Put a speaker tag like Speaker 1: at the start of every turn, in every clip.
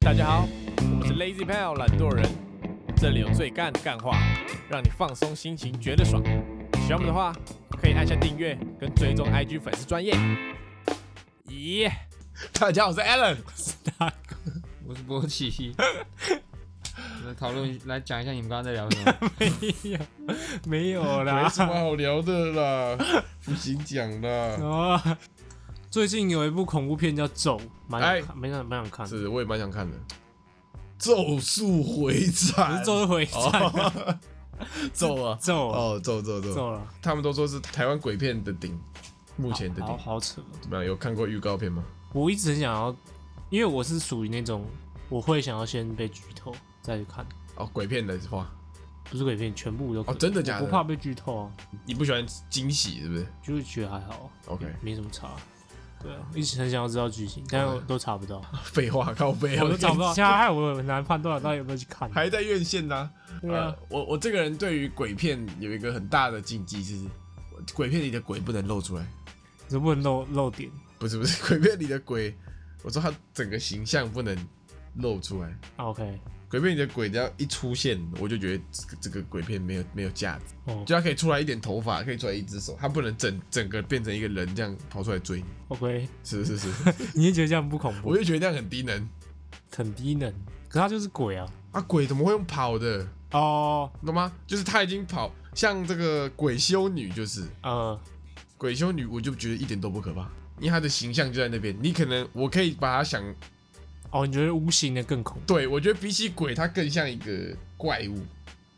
Speaker 1: 大家好，我们是 Lazy Pal 懒惰人，这里有最干的干话，让你放松心情，觉得爽。喜欢我们的话，可以按下订阅跟追踪 IG 粉丝专业。咦、
Speaker 2: 大家好，我是 Alan，
Speaker 3: 我是波奇。 来讨论，来讲一下你们刚刚在聊什 么？
Speaker 1: 没有，没有
Speaker 2: 没
Speaker 1: 啦。
Speaker 2: 什么好聊的啦，不行讲啦。
Speaker 1: 哦，最近有一部恐怖片叫《咒》，蛮
Speaker 2: 哎
Speaker 1: 想看蛮想蛮想看的。
Speaker 2: 是，我也蛮想看的，《咒术回
Speaker 1: 可
Speaker 2: 战
Speaker 1: 是《咒》》是回战，
Speaker 2: 哦， 咒啊，
Speaker 1: 咒啊
Speaker 2: 哦，咒咒咒，
Speaker 1: 咒啊了，
Speaker 2: 他们都说是台湾鬼片的顶，目前的
Speaker 1: 好
Speaker 2: 顶。
Speaker 1: 好扯哦。
Speaker 2: 怎么样？有看过预告片吗？
Speaker 1: 我一直很想要，因为我是属于那种我会想要先被剧透再去看，
Speaker 2: 哦，鬼片的话，
Speaker 1: 不是鬼片，全部都可以
Speaker 2: 哦真的假的
Speaker 1: 我不怕被剧透啊，
Speaker 2: 你不喜欢惊喜是不是
Speaker 1: 就是觉得还好，
Speaker 2: ？OK，嗯
Speaker 1: 没什么差。对啊，一直很想要知道剧情，但我都查 不到，
Speaker 2: 废话，靠背，啊
Speaker 1: 我都找不到，现在害我很难判断到底有没有去看。
Speaker 2: 还在院线呢、
Speaker 1: 对啊
Speaker 2: 呃，我我这个人对于鬼片有一个很大的禁忌是，鬼片里的鬼不能露出来。
Speaker 1: 能不能漏漏点？
Speaker 2: 不是不是，鬼片里的鬼，我说他整个形象不能露出来。
Speaker 1: 啊 OK，
Speaker 2: 鬼片里的鬼只要一出现，我就觉得这个这个鬼片没有没有价值。
Speaker 1: 哦
Speaker 2: 就他可以出来一点头发，可以出来一只手，他不能整整个变成一个人这样跑出来追你。
Speaker 1: ，OK，
Speaker 2: 是是是，
Speaker 1: 你也觉得这样不恐
Speaker 2: 我
Speaker 1: 怖？
Speaker 2: 就觉得这样很低能
Speaker 1: 很低能，可他就是鬼啊！
Speaker 2: 啊！鬼怎么会用跑的？
Speaker 1: 哦，
Speaker 2: 懂吗？就是他已经跑，像这个鬼修女就是，
Speaker 1: 呃，
Speaker 2: 鬼修女，我就觉得一点都不可怕，因为她的形象就在那边。你可能我可以把她想，
Speaker 1: 哦，你觉得无形的更恐怖？
Speaker 2: 对我觉得比起鬼，她更像一个怪物。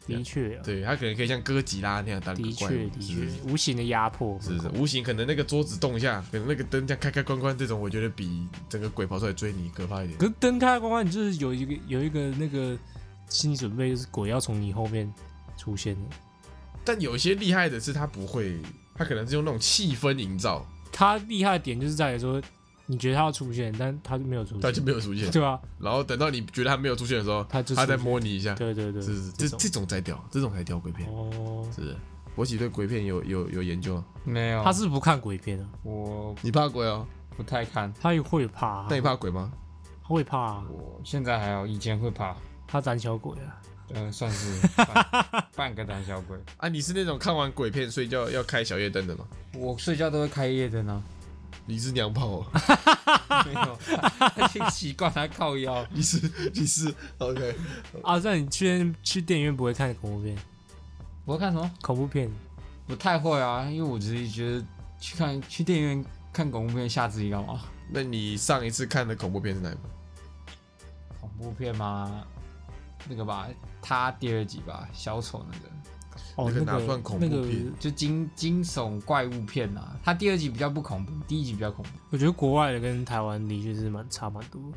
Speaker 1: 的确啊，
Speaker 2: 对，她可能可以像哥吉拉那样当个
Speaker 1: 的
Speaker 2: 怪
Speaker 1: 确，
Speaker 2: 物。
Speaker 1: 的
Speaker 2: 是不是
Speaker 1: 确，无形的压迫，
Speaker 2: 是是，无形可能那个桌子动一下，可能那个灯这样开开关关，这种我觉得比整个鬼跑出来追你可怕一点。
Speaker 1: 可是灯开关关，你就是有一个有一个那个心理准备，就是鬼要从你后面出现的。
Speaker 2: 但有些厉害的是，他不会，他可能是用那种气氛营造，
Speaker 1: 他厉害的点就是在于说，你觉得他要出现，但他就没有出
Speaker 2: 他
Speaker 1: 现，
Speaker 2: 就没有出现。
Speaker 1: 对啊吧？
Speaker 2: 然后等到你觉得他没有出现的时候，
Speaker 1: 他就
Speaker 2: 他再
Speaker 1: 出现
Speaker 2: 摸你一下。
Speaker 1: 对对对，
Speaker 2: 是是，这
Speaker 1: 这种
Speaker 2: 这种才屌，这种才屌鬼片。
Speaker 1: 哦，
Speaker 2: 是的，博喜对鬼片有有有研究啊。
Speaker 3: 没有，
Speaker 1: 他是不看鬼片的，啊
Speaker 3: 我
Speaker 2: 你怕鬼哦？
Speaker 3: 不太看，
Speaker 1: 他也会怕啊，
Speaker 2: 那你怕鬼吗？
Speaker 1: 他会怕啊，
Speaker 3: 我现在还好，以前会怕，
Speaker 1: 他胆小鬼啊，
Speaker 3: 呃，算是半 半个胆小鬼。
Speaker 2: 啊，你是那种看完鬼片睡觉要开小夜灯的吗？
Speaker 3: 我睡觉都会开夜 灯啊，
Speaker 2: 你是娘炮、哦，
Speaker 3: 没有，他挺习惯他靠腰。
Speaker 2: 你是你是 OK，
Speaker 1: 啊，那你去去电影院不会看恐怖片？
Speaker 3: 我要看什么？
Speaker 1: 恐怖片
Speaker 3: 不太会啊，因为我只是觉得去看去电影院看恐怖片吓自己干嘛？
Speaker 2: 那你上一次看的恐怖片是哪一部？
Speaker 3: 恐怖片吗？那个吧，他第二集吧，小丑那个。
Speaker 1: 哦，
Speaker 2: 那个
Speaker 1: 那
Speaker 2: 哪
Speaker 1: 个
Speaker 2: 算恐怖片
Speaker 1: 那个
Speaker 3: 就惊惊悚怪物片呐、啊，它第二集比较不恐怖，第一集比较恐怖。
Speaker 1: 我觉得国外的跟台湾的确是蛮差蛮多的。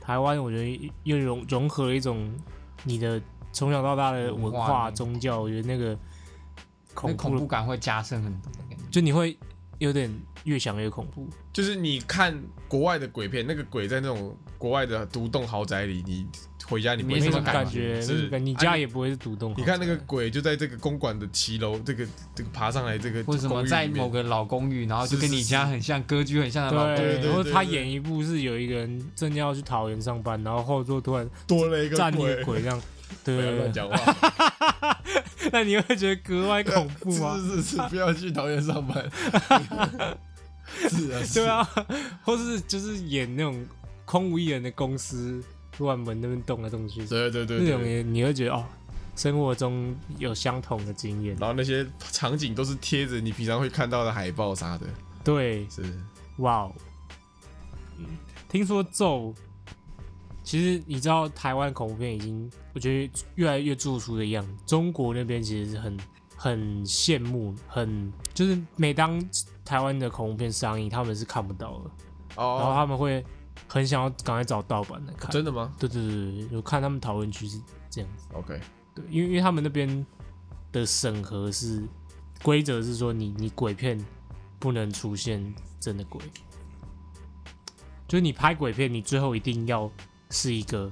Speaker 1: 台湾我觉得又融融合了一种你的从小到大的文
Speaker 3: 文化
Speaker 1: 化、
Speaker 3: 那个
Speaker 1: 宗教，我觉得那个恐
Speaker 3: 那恐
Speaker 1: 怖
Speaker 3: 怖感会加深很多的感觉。
Speaker 1: 就你会有点越想越恐怖。
Speaker 2: 就是你看国外的鬼片，那个鬼在那种国外的独栋豪宅里，你回家你不会
Speaker 3: 没什
Speaker 1: 什
Speaker 3: 么
Speaker 2: 这
Speaker 1: 么
Speaker 2: 种
Speaker 1: 感
Speaker 2: 觉，
Speaker 1: 觉，没什
Speaker 2: 是
Speaker 1: 么感你
Speaker 2: 啊
Speaker 1: 家也不会是独栋豪宅。
Speaker 2: 你看那个鬼就在这个公馆的骑楼，这个这个爬上来这个
Speaker 3: 或者什
Speaker 2: 公
Speaker 3: 么
Speaker 2: 寓
Speaker 3: 在
Speaker 2: 里面
Speaker 3: 某个老公寓，然后就是跟你
Speaker 2: 是
Speaker 3: 家很像，格局很像的老公
Speaker 2: 对对
Speaker 1: 对，
Speaker 2: 对
Speaker 1: 然后他
Speaker 2: 对
Speaker 1: 演一部是有一个人正要去桃园上班，然后后座突然
Speaker 2: 多了一个
Speaker 1: 站一
Speaker 2: 鬼
Speaker 1: 个，鬼 这样，
Speaker 2: 不要
Speaker 1: 对
Speaker 2: 乱，讲话。
Speaker 1: 那你会觉得格外恐怖啊 吗？
Speaker 2: 是是是，不要去桃园上 班。是啊，是
Speaker 1: 对，啊，或是就是演那种空无一人的公司，突然门那边动来动去，
Speaker 2: 对对对
Speaker 1: 那种
Speaker 2: 对。
Speaker 1: 也你会觉得哦，生活中有相同的经验。
Speaker 2: 然后那些场景都是贴着你平常会看到的海报啥的，
Speaker 1: 对，
Speaker 2: 是
Speaker 1: 哇哦，嗯听说咒，其实你知道台湾恐怖片已经我觉得越来越做出的样子，中国那边其实是很很羡慕，很就是每当台湾的恐怖片上映，他们是看不到的，然后
Speaker 2: 哦，
Speaker 1: 他们会很想要赶快找盗版来看。
Speaker 2: 真的吗
Speaker 1: 对对对，对，我看他们讨论区是这样子，
Speaker 2: ？OK，
Speaker 1: 对，因为因为他们那边的审核是规则是说你你鬼片不能出现真的鬼，就是你拍鬼片，你最后一定要是一个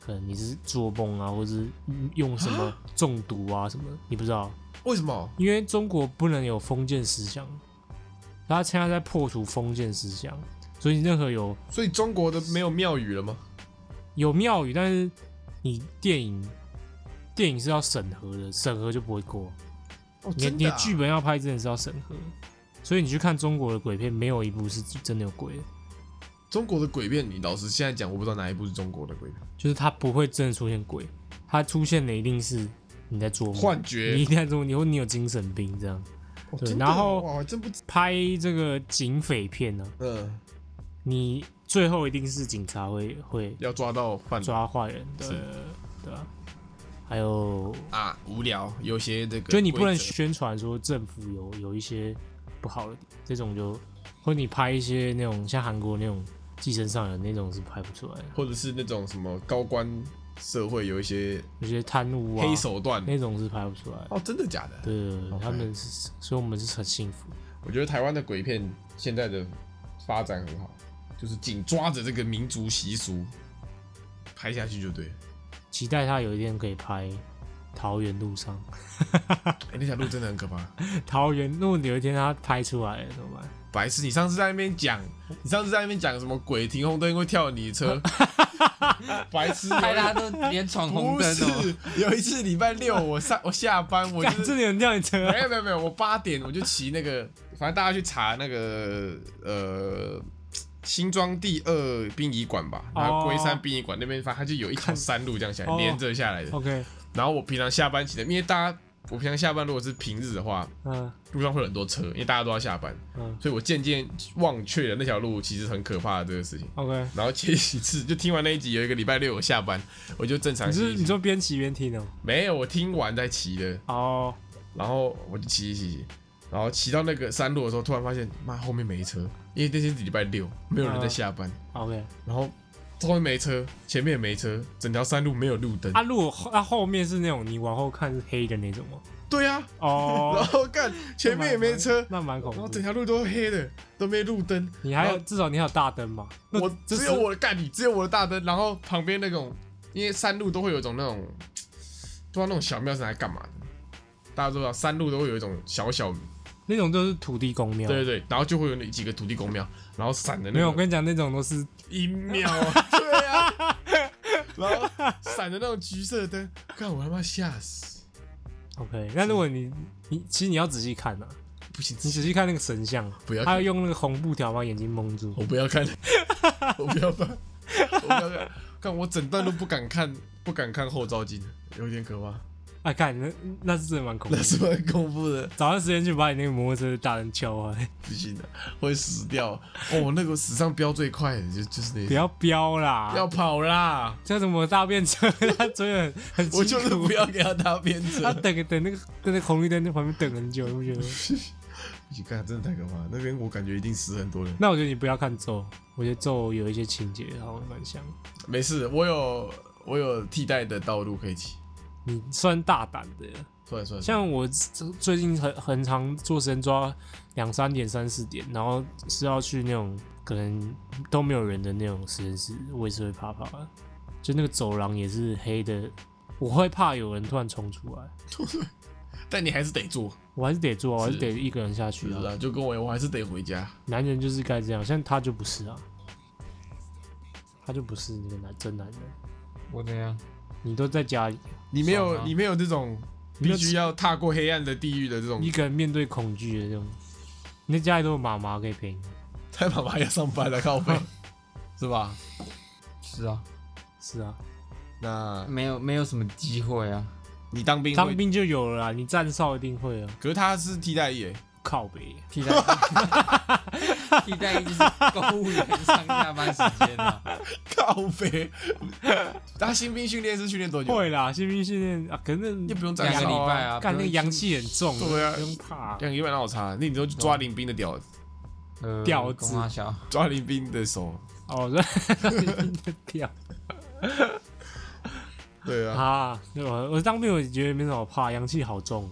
Speaker 1: 可能你是做梦啊，或是用什么中毒啊什么的，你不知道，
Speaker 2: 为什么？
Speaker 1: 因为中国不能有封建思想，他现在在破除封建思想，所以任何有
Speaker 2: 所以中国的没有庙宇了吗？
Speaker 1: 有庙宇，但是你电影电影是要审核的，审核就不会过。
Speaker 2: 哦，
Speaker 1: 你的
Speaker 2: 真
Speaker 1: 你
Speaker 2: 的
Speaker 1: 的
Speaker 2: 啊、
Speaker 1: 剧本要拍，真的是要审核。所以你去看中国的鬼片，没有一部是真的有鬼的，
Speaker 2: 中国的鬼片，你老实现在讲，我不知道哪一部是中国的鬼片，
Speaker 1: 就是它不会真的出现鬼，它出现的一定是你在做梦，
Speaker 2: 幻
Speaker 1: 哦你
Speaker 2: 觉
Speaker 1: 一。定在做梦，你或你有精神病这样。
Speaker 2: 哦
Speaker 1: 对
Speaker 2: 真的
Speaker 1: 然后
Speaker 2: 哇，真不知，
Speaker 1: 拍这个警匪片呢、
Speaker 2: 嗯，
Speaker 1: 你最后一定是警察会会
Speaker 2: 要抓到犯
Speaker 1: 抓坏人的
Speaker 2: 是，
Speaker 1: 对吧、还有，
Speaker 2: 啊，无聊，有些这个，
Speaker 1: 就你不能宣传说政府有有一些不好的地，这种就，或你拍一些那种像韩国那种寄生上流那种是拍不出来的，
Speaker 2: 或者是那种什么高官社会有一些
Speaker 1: 有些贪污啊
Speaker 2: 黑手段。
Speaker 1: 那种是拍不出来的。
Speaker 2: 哦，真的假的？
Speaker 1: 对对对
Speaker 2: OK
Speaker 1: 他们是，所以我们是很幸福。
Speaker 2: 我觉得台湾的鬼片现在的发展很好，就是紧抓着这个民族习俗拍下去就对了。
Speaker 1: 期待他有一天可以拍桃园路上，
Speaker 2: 哎、那条路真的很可 怕。
Speaker 1: 桃园路有一天他拍出来了怎么办？
Speaker 2: 白痴，你上次在那边讲，你上次在那边讲什么鬼停红灯会跳你的 车，白痴。
Speaker 3: 害他啊都连闯红
Speaker 2: 不
Speaker 3: 灯
Speaker 2: 是
Speaker 3: 哦。，
Speaker 2: 有一次礼拜六我上我下班我
Speaker 1: 干
Speaker 2: 就
Speaker 1: 真
Speaker 2: 是。
Speaker 1: 的有人叫你 车啊？
Speaker 2: 没有没有没有，我八点我就骑那个，反正大家去查那个呃新庄第二殡仪馆吧，然后龟山殡仪馆那边，反正它就有一条山路这样下来
Speaker 1: 哦
Speaker 2: 连着下来的。
Speaker 1: OK，
Speaker 2: 然后我平常下班骑的，因为大家我平常下班如果是平日的话，
Speaker 1: 嗯
Speaker 2: 路上会有很多车，因为大家都要下班，
Speaker 1: 嗯
Speaker 2: 所以我渐渐忘却了那条路其实很可怕的这个事情。
Speaker 1: ，OK。
Speaker 2: 然后前几次就听完那一集，有一个礼拜六我下班，我就正常
Speaker 1: 你
Speaker 2: 骑
Speaker 1: 是
Speaker 2: 一骑。
Speaker 1: 你说边骑边听哦？
Speaker 2: 没有，我听完再骑的，
Speaker 1: 哦，
Speaker 2: 然后我就骑一骑骑，然后骑到那个山路的时候，突然发现妈后面没车，因为那天是礼拜六，没有人在下班，
Speaker 1: OK，
Speaker 2: 然后后面没车，前面也没车，整条山路没有路灯。
Speaker 1: 啊，如果后它后面是那种你往后看是黑的那种吗？
Speaker 2: 对啊，然
Speaker 1: 哦，
Speaker 2: 后干前面也没车，
Speaker 1: 那蛮恐
Speaker 2: 然后
Speaker 1: 怖
Speaker 2: 整
Speaker 1: 的。
Speaker 2: 条路都黑的，都没路灯。
Speaker 1: 你还
Speaker 2: 然
Speaker 1: 有
Speaker 2: 后
Speaker 1: 至少你还有大灯嘛？ 那
Speaker 2: 我
Speaker 1: 这
Speaker 2: 只
Speaker 1: 是
Speaker 2: 有我的干你，只有我的大灯，然后旁边那种，因为山路都会有一种那种，不知道那种小庙是拿来干嘛的。大家都知道，山路都会有一种小小，
Speaker 1: 那种就是土地公庙。
Speaker 2: 对对对，然后就会有那几个土地公庙，然后闪的那
Speaker 1: 没有，我
Speaker 2: 种
Speaker 1: 跟你讲，那种都是
Speaker 2: 阴 庙啊，对啊，然后闪的那种橘色灯，看我他妈吓死，
Speaker 1: OK。那如果你你其实你要仔细看啊，
Speaker 2: 不行，
Speaker 1: 你仔细看那个神像，
Speaker 2: 不要看
Speaker 1: 他要用那个红布条把眼睛蒙住。
Speaker 2: 我不要 看，我不要看，我不要看，看我整段都不敢看，不敢看后照镜，有点可怕，
Speaker 1: 啊，看那那是真的蛮恐怖
Speaker 2: 那
Speaker 1: 的。
Speaker 2: 是蛮恐怖的，
Speaker 1: 早上时间去把你那个摩托车的大灯敲坏，
Speaker 2: 不行的、会死掉。哦，那个史上飙最快的就就是那
Speaker 1: 不要飙啦！
Speaker 2: 要跑啦，
Speaker 1: 叫什么大便车，他追得很很
Speaker 2: 我
Speaker 1: 辛
Speaker 2: 就是
Speaker 1: 苦
Speaker 2: 不要给他搭边
Speaker 1: 他
Speaker 2: 车。
Speaker 1: 等等那个等那个红绿灯在旁边等很久，你不觉得吗？
Speaker 2: 你看，真的太可怕了，那边我感觉一定死很多人。
Speaker 1: 那我觉得你不要看咒，我觉得咒有一些情节好像蛮像。
Speaker 2: 没事，我有我有替代的道路可以骑。
Speaker 1: 你算大胆的，
Speaker 2: 算了算了，
Speaker 1: 像我最最近很很常做时间抓两三点、三四点，然后是要去那种可能都没有人的那种实验室，我也是会怕怕的。就那个走廊也是黑的，我会怕有人突然冲出来，
Speaker 2: 但你还是得做，
Speaker 1: 我还是得做，我还是
Speaker 2: 是
Speaker 1: 得一个人下
Speaker 2: 是
Speaker 1: 去
Speaker 2: 不是
Speaker 1: 啊。
Speaker 2: 啊？就跟我一样，我还是得回家。
Speaker 1: 男人就是该这样，像他就不是啊，他就不是那个男真男人。
Speaker 3: 我怎样？
Speaker 1: 你都在家里，
Speaker 2: 你没有
Speaker 3: 爽啊
Speaker 2: 你没有这种
Speaker 1: 你没
Speaker 2: 必
Speaker 1: 有
Speaker 2: 须要踏过黑暗的地狱的这种
Speaker 1: 一，个人面对恐惧的这种，你在家里都有妈妈可以陪你，
Speaker 2: 他爸爸要上班了，靠背， 是吧？
Speaker 3: 是啊，
Speaker 1: 是啊，
Speaker 2: 那
Speaker 3: 没有没有什么机会啊。
Speaker 2: 你当兵
Speaker 1: 当
Speaker 2: 会，
Speaker 1: 兵就有了啦，你站哨一定会啊，
Speaker 2: 可是他是替代役 耶，
Speaker 1: 靠北，
Speaker 3: 替代 替代役就是公务员上下班时间 啊。
Speaker 2: 靠背。他新兵训练是训练多久？
Speaker 1: 会啦，新兵训练啊，可能
Speaker 2: 也不用站
Speaker 3: 两个
Speaker 2: 哨
Speaker 3: 礼拜，啊，
Speaker 1: 干
Speaker 3: 不
Speaker 1: 那个
Speaker 3: 用
Speaker 1: 阳气很重，
Speaker 2: 对啊
Speaker 1: 不用怕，
Speaker 2: 两个礼拜让我查，那你就抓林兵的
Speaker 1: 啊
Speaker 2: 屌，
Speaker 3: 呃
Speaker 1: 屌
Speaker 3: 公
Speaker 1: 子
Speaker 3: 阿小，
Speaker 2: 抓林兵的手。
Speaker 1: 哦，对， 掉
Speaker 2: 对啊，
Speaker 1: 啊，对吧？我当兵我觉得没什么好怕，阳气好重。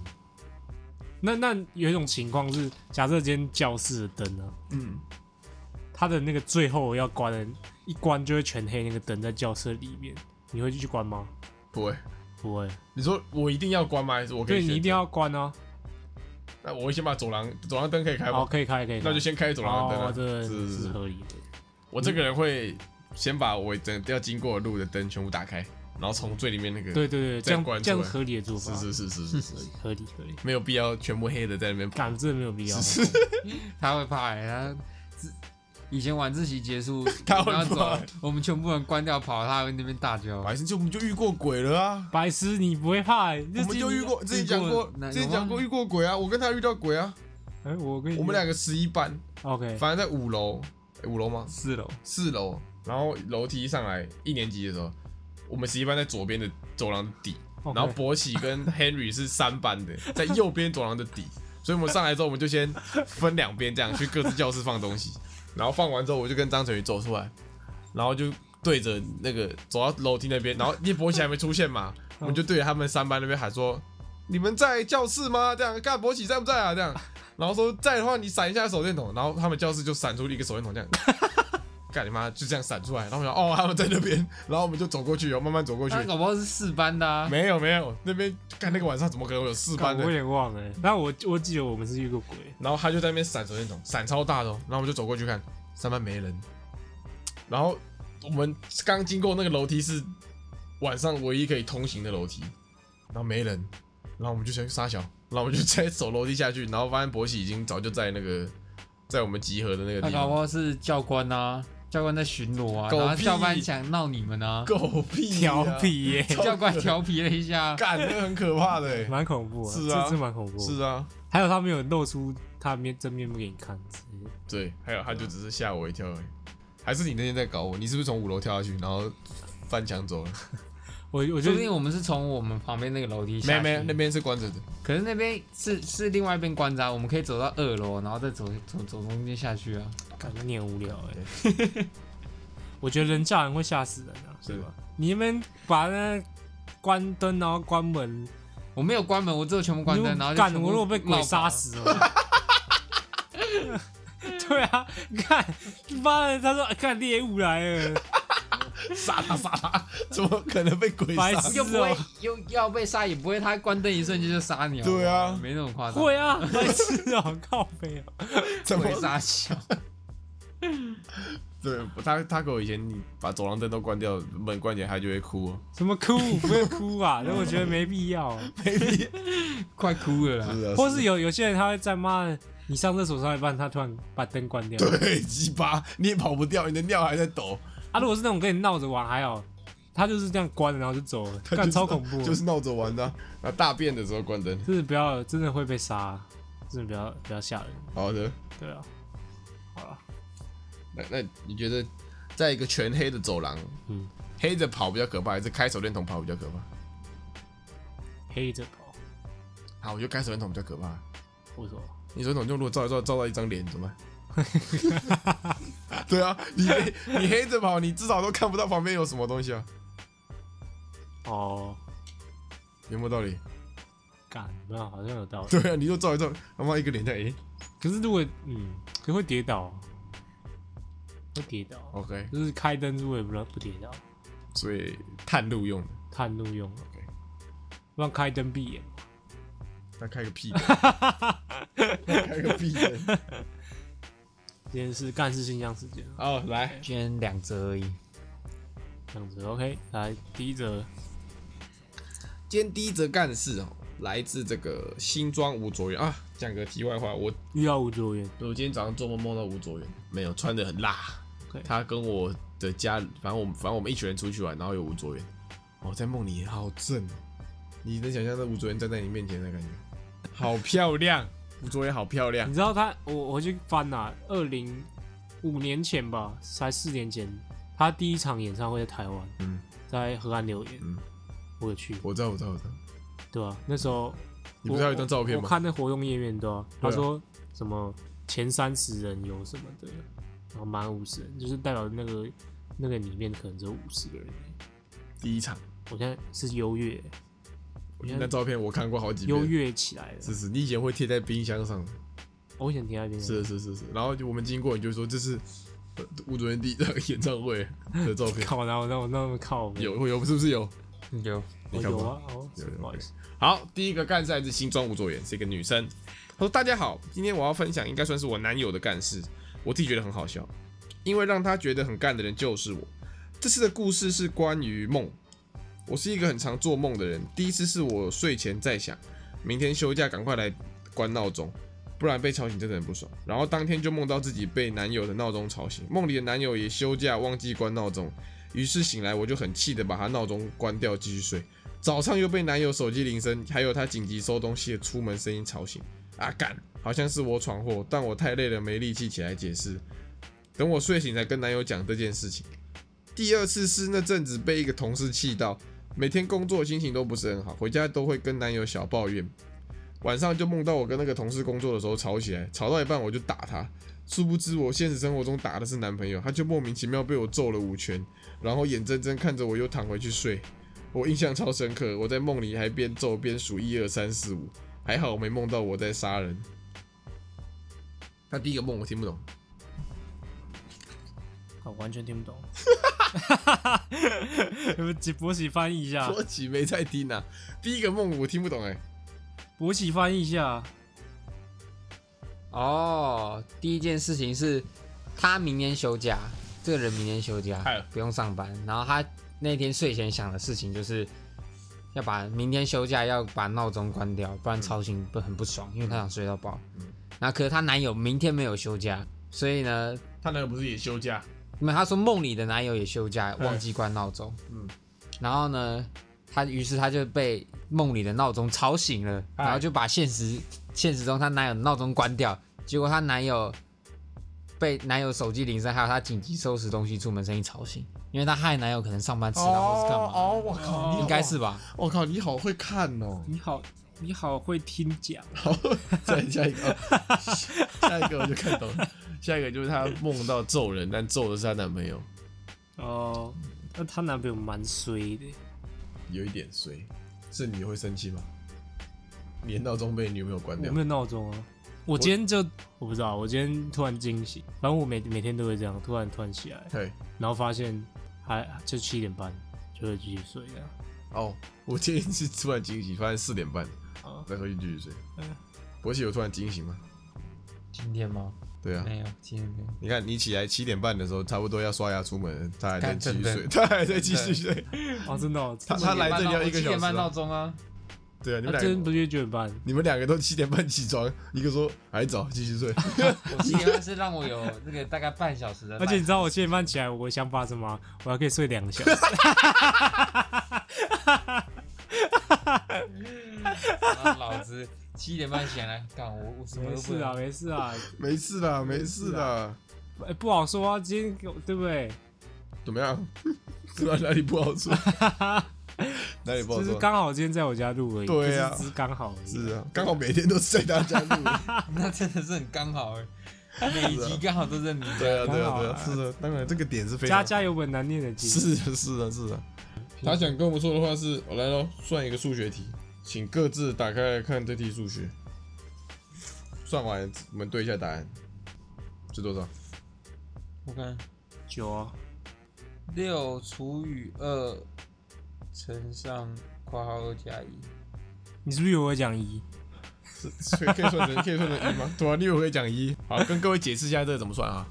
Speaker 1: 那那有一种情况是，假设今天教室的灯啊，
Speaker 2: 嗯，
Speaker 1: 它的那个最后要关的，一关就会全黑，那个灯在教室里面，你会去关吗？
Speaker 2: 不会。
Speaker 1: 不会，
Speaker 2: 你说我一定要关吗？还是我可以
Speaker 1: 对
Speaker 2: 选择？
Speaker 1: 你一定要关啊。
Speaker 2: 那我会先把走廊走廊灯可以开
Speaker 1: 好，
Speaker 2: 吗？
Speaker 1: 可以开，可以开。
Speaker 2: 那就先开走廊的灯
Speaker 1: 哦
Speaker 2: 啊。，
Speaker 1: 这
Speaker 2: 是
Speaker 1: 是
Speaker 2: 是是，
Speaker 1: 合理的。
Speaker 2: 我这个人会先把我整要经过的路的灯全部打开，然后从最里面那个，
Speaker 1: 对对对，这
Speaker 2: 再
Speaker 1: 样
Speaker 2: 关
Speaker 1: 这
Speaker 2: 出
Speaker 1: 样
Speaker 2: 来，
Speaker 1: 合理的做法，
Speaker 2: 是是是是是，
Speaker 1: 是合理合理。
Speaker 2: 没有必要全部黑的在那边跑。
Speaker 1: 干这没有必要，啊
Speaker 2: 是
Speaker 3: 他会怕、欸，他自以前晚自习结束，
Speaker 2: 他
Speaker 3: 我
Speaker 2: 会
Speaker 3: 们要
Speaker 2: 怕
Speaker 3: 走，我们全部人关掉跑，他还会那边大叫。
Speaker 2: 白痴就我们就遇过鬼了啊，
Speaker 1: 白痴你不会怕、欸，
Speaker 2: 我们就遇过，之前讲过，
Speaker 3: 那有吗
Speaker 2: 之前讲过遇过鬼啊，我跟他遇到鬼啊，
Speaker 1: 哎、我跟你
Speaker 2: 我们两个十一班，
Speaker 1: OK
Speaker 2: 反正在五楼，诶五楼吗？
Speaker 3: 四楼，
Speaker 2: 四楼，然后楼梯上来，一年级的时候，我们十一班在左边的走廊底，
Speaker 1: OK，
Speaker 2: 然后博起跟 Henry 是三班的，在右边走廊的底，所以我们上来之后，我们就先分两边这样去各自教室放东西，然后放完之后，我就跟张晨宇走出来，然后就对着那个走到楼梯那边，然后因为博起还没出现嘛，我们就对着他们三班那边喊说：“你们在教室吗？”这样，干博起在不在啊？这样，然后说在的话，你闪一下手电筒，然后他们教室就闪出一个手电筒这样。 干你妈！就这样闪出来，然后我们想，哦，他们在那边，然后我们就走过去，然后哦慢慢走过去
Speaker 3: 他，搞不好是四班的、啊，
Speaker 2: 没有没有，那边看那个晚上怎么可能会有四班
Speaker 1: 干我
Speaker 2: 的
Speaker 1: 有？点忘了、欸但我我记得我们是遇过鬼，
Speaker 2: 然后他就在那边闪手电筒，闪超大的、哦，然后我们就走过去看，三班没人。然后我们刚经过那个楼梯是晚上唯一可以通行的楼梯，然后没人，然后我们就先撒小，然后我们就直 接走楼梯下去，然后发现博喜已经早就在那个在我们集合的那个
Speaker 3: 他
Speaker 2: 地
Speaker 3: 搞不
Speaker 2: 方。
Speaker 3: 好是教官啊，教官在巡逻啊，
Speaker 2: 狗屁
Speaker 3: 然后教官想闹你们啊，
Speaker 2: 狗屁呀
Speaker 1: 调，皮耶、
Speaker 2: 超
Speaker 3: 教官调皮了一下，
Speaker 2: 干，那很可怕的 欸。
Speaker 1: 蛮恐怖啊，
Speaker 2: 是啊
Speaker 1: 这是蛮恐怖。
Speaker 2: 是啊，
Speaker 1: 还有他没有露出他面真面目给你看之类的，
Speaker 2: 对，还有他就只是吓我一跳而已。还是你那天在搞我？你是不是从五楼跳下去，然后翻墙走了？
Speaker 1: 我我
Speaker 3: 说
Speaker 1: 觉
Speaker 3: 不定
Speaker 1: 得
Speaker 3: 我们是从我们旁边那个楼梯下
Speaker 2: 没
Speaker 3: 去，
Speaker 2: 没，那边是关着的。
Speaker 3: 可是那边是是另外一边关闸，我们可以走到二楼，然后再走走走中间下去啊。
Speaker 1: 感觉你很无聊哎、 我觉得人叫人会吓死人啊，
Speaker 2: 是
Speaker 1: 对吧？你们把那关灯然后关门，
Speaker 3: 我没有关门，我只有全部关灯，
Speaker 1: 你
Speaker 3: 然后就
Speaker 1: 干
Speaker 3: 全部
Speaker 1: 我如果被鬼
Speaker 3: 绕跑啊
Speaker 1: 杀，死了。 对啊，看，妈的，他说看猎物来了，
Speaker 2: 杀他杀他，怎么可能被鬼
Speaker 1: 白
Speaker 2: 杀？
Speaker 1: 痴
Speaker 3: 又不会
Speaker 1: 哦
Speaker 3: 又要被杀，也不会他关灯一瞬间就杀你。好不
Speaker 2: 啊
Speaker 3: 好
Speaker 2: 对啊
Speaker 3: 没那么 夸张。
Speaker 1: 会啊，白痴哦， 靠背哦，
Speaker 2: 怎么
Speaker 3: 会？杀小，
Speaker 2: 对，他他给我以前你把走廊灯都关掉，门关起来，他就会哭、哦。
Speaker 1: 什么哭不会哭啊？那我觉得没必要、啊
Speaker 3: 快哭了啦！
Speaker 2: 是啊
Speaker 1: 或是有有些人他会在骂你上厕所上一半，他突然把灯关掉。
Speaker 2: 对鸡巴，你也跑不掉，你的尿还在抖，
Speaker 1: 啊，如果是那种跟你闹着玩还好，他就是这样关了然后就走了，
Speaker 2: 他就
Speaker 1: 干
Speaker 2: 是
Speaker 1: 超恐怖的，
Speaker 2: 就是闹着玩的啊、啊。大便的时候关灯。
Speaker 1: 真的不要，真的会被杀，真的不要不要吓人，
Speaker 2: 好的，
Speaker 1: 对啊，好了，
Speaker 2: 那那你觉得，在一个全黑的走廊，
Speaker 1: 嗯，
Speaker 2: 黑着跑比较可怕，还是开手电筒跑比较可怕？
Speaker 1: 黑着跑，
Speaker 2: 啊，我觉得开手电筒比较可怕。
Speaker 1: 为什么？
Speaker 2: 你手电筒就如果照一照照到一张脸怎么办？ 对啊，你黑你黑着跑，你至少都看不到旁边有什么东西啊，
Speaker 1: 哦，
Speaker 2: 有没有道理？
Speaker 1: 干，没有，好像有道理。
Speaker 2: 对啊，你就照一照，他妈一个脸在诶、
Speaker 1: 可是如果嗯，可会跌倒，会跌倒，
Speaker 2: o k
Speaker 1: 就是开灯如果也不让不跌倒，
Speaker 2: 所以探路用的，
Speaker 1: 探路用
Speaker 2: OK
Speaker 1: 不然开灯闭眼。
Speaker 2: 那开个屁眼，那开个屁眼。
Speaker 1: 今天是干事信箱时间啊，
Speaker 2: 哦，来，
Speaker 3: 今天两折而已。
Speaker 1: 这样子 OK。来，第一则，
Speaker 2: 今天第一则干事哦，来自这个新庄吴卓源啊。讲个题外话，我
Speaker 1: 遇到吴卓源，
Speaker 2: 我今天早上做梦梦到吴卓源，没有穿的很辣
Speaker 1: OK
Speaker 2: 他跟我的家，反正我们反正我们一群人出去玩，然后有吴卓源，哦，在梦里好正哦，你能想象那吴卓源站在你面前的感觉，好漂亮， 吴卓源好漂亮
Speaker 1: 你，知道他，我我去翻啊，二零五年前吧，才四年前，他第一场演唱会在台湾，
Speaker 2: 嗯，
Speaker 1: 在河岸留言，
Speaker 2: 嗯
Speaker 1: 我有去，
Speaker 2: 我知道，我知道，我知道，
Speaker 1: 对吧、那时候
Speaker 2: 你不是还有一张照片
Speaker 1: 我
Speaker 2: 吗？
Speaker 1: 看那活动页面对吧、
Speaker 2: 对
Speaker 1: 他
Speaker 2: 啊
Speaker 1: 说什么前三十人有什么的，然后满五十人，就是代表那个那个里面可能只有五十个人。
Speaker 2: 第一场，
Speaker 1: 我现在是优越
Speaker 2: 我那照片我看过好几
Speaker 1: 优
Speaker 2: 遍，
Speaker 1: 越起来了，哦
Speaker 2: 是是，你以前会贴在冰箱上的，
Speaker 1: 我想听那边
Speaker 2: 是是是是，然后就我们经过，你就说这是呃吴卓源第一场 演唱会的照片，
Speaker 1: 靠，然后那我那么靠北，
Speaker 2: 有有是不是有？
Speaker 3: 嗯有
Speaker 1: 我
Speaker 2: 你看
Speaker 1: 有
Speaker 2: 过吗
Speaker 1: 啊，哦
Speaker 2: 有有
Speaker 1: 不好意思，
Speaker 2: 好，第一个干事来自新庄吴卓源，是一个女生。她说：“大家好，今天我要分享应该算是我男友的干事，我自己觉得很好笑，因为让他觉得很干的人就是我。这次的故事是关于梦。我是一个很常做梦的人，第一次是我睡前在想，明天休假赶快来关闹钟，不然被吵醒真的很不爽。然后当天就梦到自己被男友的闹钟吵醒，梦里的男友也休假忘记关闹钟，于是醒来我就很气的把他闹钟关掉继续睡。早上又被男友手机铃声，还有他紧急收东西的出门声音吵醒。啊干，好像是我闯祸，但我太累了没力气起来解释。等我睡醒才跟男友讲这件事情。第二次是那阵子被一个同事气到，每天工作心情都不是很好，回家都会跟男友小抱怨。晚上就梦到我跟那个同事工作的时候吵起来，吵到一半我就打他，殊不知我现实生活中打的是男朋友，他就莫名其妙被我揍了五拳，然后眼睁睁看着我又躺回去睡。我印象超深刻，我在梦里还边揍边数一二三四五，还好我没梦到我在杀人。他第一个梦我听不懂，
Speaker 1: 我哦完全听不 懂。请博喜翻译一下，
Speaker 2: 说起没在听啊，第一个梦我听不懂哎、
Speaker 1: 博喜翻译一下。。
Speaker 3: 哦，第一件事情是他明天休假，这个人明天休假
Speaker 2: 哎，
Speaker 3: 不用上班。然后他那天睡前想的事情就是要把明天休假要把闹钟关掉，不然吵醒不很不爽，因为他想睡到饱。
Speaker 2: 嗯
Speaker 3: 然后可是她男友明天没有休假，所以呢，
Speaker 2: 他男友不是也休假？
Speaker 3: 没有她说梦里的男友也休假，忘记关闹钟。
Speaker 2: 嗯
Speaker 3: 然后呢，她于是她就被梦里的闹钟吵醒了，
Speaker 2: 哎
Speaker 3: 然后就把现实现实中她男友的闹钟关掉，结果她男友被男友手机铃声还有她紧急收拾东西出门声音吵醒，因为她害男友可能上班迟到或是干嘛，
Speaker 2: 哦，我靠，你好
Speaker 3: 应该是吧？
Speaker 2: 我靠，你好会看哦
Speaker 1: 你好，你好会听讲，
Speaker 2: 好， 再下一个， 哦下一个我就看懂了。下一个就是她梦到揍人，但揍的是她男朋友，
Speaker 1: 哦，那她男朋友蛮衰的，
Speaker 2: 有一点衰。是你会生气吗？你的闹钟被你女朋友关
Speaker 1: 我
Speaker 2: 掉
Speaker 1: 没，有闹钟啊。我今天就我不知道，我今天突然惊醒，反正我每每天都会这样，突然突然起来，
Speaker 2: 对。
Speaker 1: 然后发现还就七点半就会继续睡这样。
Speaker 2: 哦，我今天是突然惊醒，发现四点半，
Speaker 1: 啊，
Speaker 2: 再回去继续睡
Speaker 1: 嗯。
Speaker 2: 博喜有突然惊醒吗？
Speaker 3: 今天吗？
Speaker 2: 对啊，
Speaker 3: 没有，今天没有。
Speaker 2: 你看你起来七点半的时候，差不多要刷牙出门，他还在
Speaker 3: 干
Speaker 2: 继续
Speaker 3: 真的
Speaker 2: 睡，他还在继续睡。
Speaker 1: 哦，真的、哦，
Speaker 2: 他他来这里要一个
Speaker 3: 我七
Speaker 2: 小
Speaker 3: 点
Speaker 2: 时
Speaker 3: 半闹
Speaker 2: 啊。
Speaker 3: 钟啊，
Speaker 2: 对啊，你
Speaker 1: 那
Speaker 2: 们
Speaker 1: 今天
Speaker 2: 两
Speaker 1: 不
Speaker 2: 个，
Speaker 1: 是九点半？
Speaker 2: 你们两个都七点半起床，一个说还早，继续睡。
Speaker 3: 我七点半是让我有那个大概半小时的
Speaker 1: 而
Speaker 3: 赖床，
Speaker 1: 且你知道我七点半起来，我的想法是什么？我还可以睡两个小时。
Speaker 3: 然后老子七点半起来，干我我什么
Speaker 1: 没
Speaker 3: 都不
Speaker 1: 事啊，
Speaker 3: 能。
Speaker 1: 没事啊，
Speaker 2: 没事啦， 没事啦。
Speaker 1: 哎不好说啊，今天给我对不对？
Speaker 2: 怎么样？ 突然哪里不好说？哪里不好
Speaker 1: 就是
Speaker 2: 说？
Speaker 1: 刚好今天在我家录而已，
Speaker 2: 对啊
Speaker 1: 就是只是刚好而已。
Speaker 2: 是啊，刚好每天都是在大家录。
Speaker 3: 那真的是很刚好哎、每一集刚好都是你的。
Speaker 2: 对啊，对
Speaker 1: 刚
Speaker 2: 啊，
Speaker 1: 好
Speaker 2: 对啊，
Speaker 1: 啊
Speaker 2: 是啊，当然这个点是非
Speaker 1: 家
Speaker 2: 常。
Speaker 1: 家有本难念的 经。
Speaker 2: 是啊，是啊，是啊。他想跟我们说的话是：我来喽，算一个数学题，请各自打开来看这题数学。算完，我们对一下答案是多少？
Speaker 3: 我看
Speaker 1: 九啊，
Speaker 3: 六除以二乘上括号二加一，
Speaker 1: 你是不是以为我会讲一？
Speaker 2: 是所以可以算成可以算成 一吗？对啊，你以为我会讲一？好，跟各位解释一下这个怎么算啊？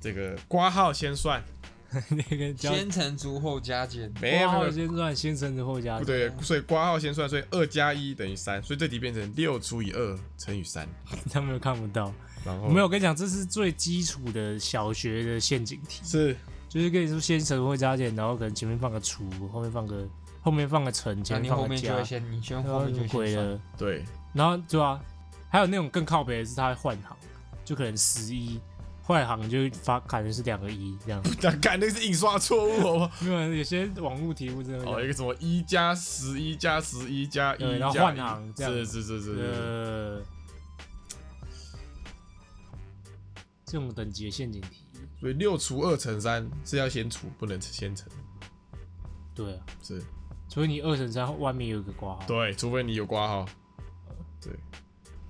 Speaker 2: 这个挂号先算，
Speaker 1: 那个叫
Speaker 3: 先乘除后加减。
Speaker 2: 没有
Speaker 1: 括
Speaker 2: 没
Speaker 1: 号
Speaker 2: 有，
Speaker 1: 先算，先乘的后加
Speaker 2: 不。对，所以挂号先算，所以二加一等于三，所以这题变成六除以二乘以三，
Speaker 1: 他们又看不到。
Speaker 2: 然后
Speaker 1: 没有，我跟你讲，这是最基础的小学的陷阱题，
Speaker 2: 是
Speaker 1: 就是跟你说先乘或加减，然后可能前面放个除，后面放个后面放个乘，
Speaker 3: 那
Speaker 1: 前
Speaker 3: 你
Speaker 1: 面放
Speaker 3: 后
Speaker 1: 个
Speaker 3: 面
Speaker 1: 加
Speaker 3: 就会，先，你先
Speaker 1: 然
Speaker 3: 后
Speaker 1: 后
Speaker 3: 面就
Speaker 1: 就
Speaker 3: 会
Speaker 1: 毁
Speaker 3: 先算。
Speaker 1: 了。
Speaker 2: 对，
Speaker 1: 然后对啊，还有那种更靠北的是他会换行，就可能十一换行就发感觉是两个一这样。
Speaker 2: 那干那是印刷错误好不好？
Speaker 1: 没有，有些网络题目真的
Speaker 2: 哦，
Speaker 1: 会
Speaker 2: 一个什么一加十一加十一加一加
Speaker 1: 啊对
Speaker 2: 一，
Speaker 1: 然后换行这样
Speaker 2: 是是是是
Speaker 1: 这样
Speaker 2: 是，
Speaker 1: 呃，这种等级的陷阱题，
Speaker 2: 所以六除二乘三是要先除，不能先乘，
Speaker 1: 对啊，
Speaker 2: 是
Speaker 1: 所以你二乘三外面有一个括号，
Speaker 2: 对，除非你有挂号，对，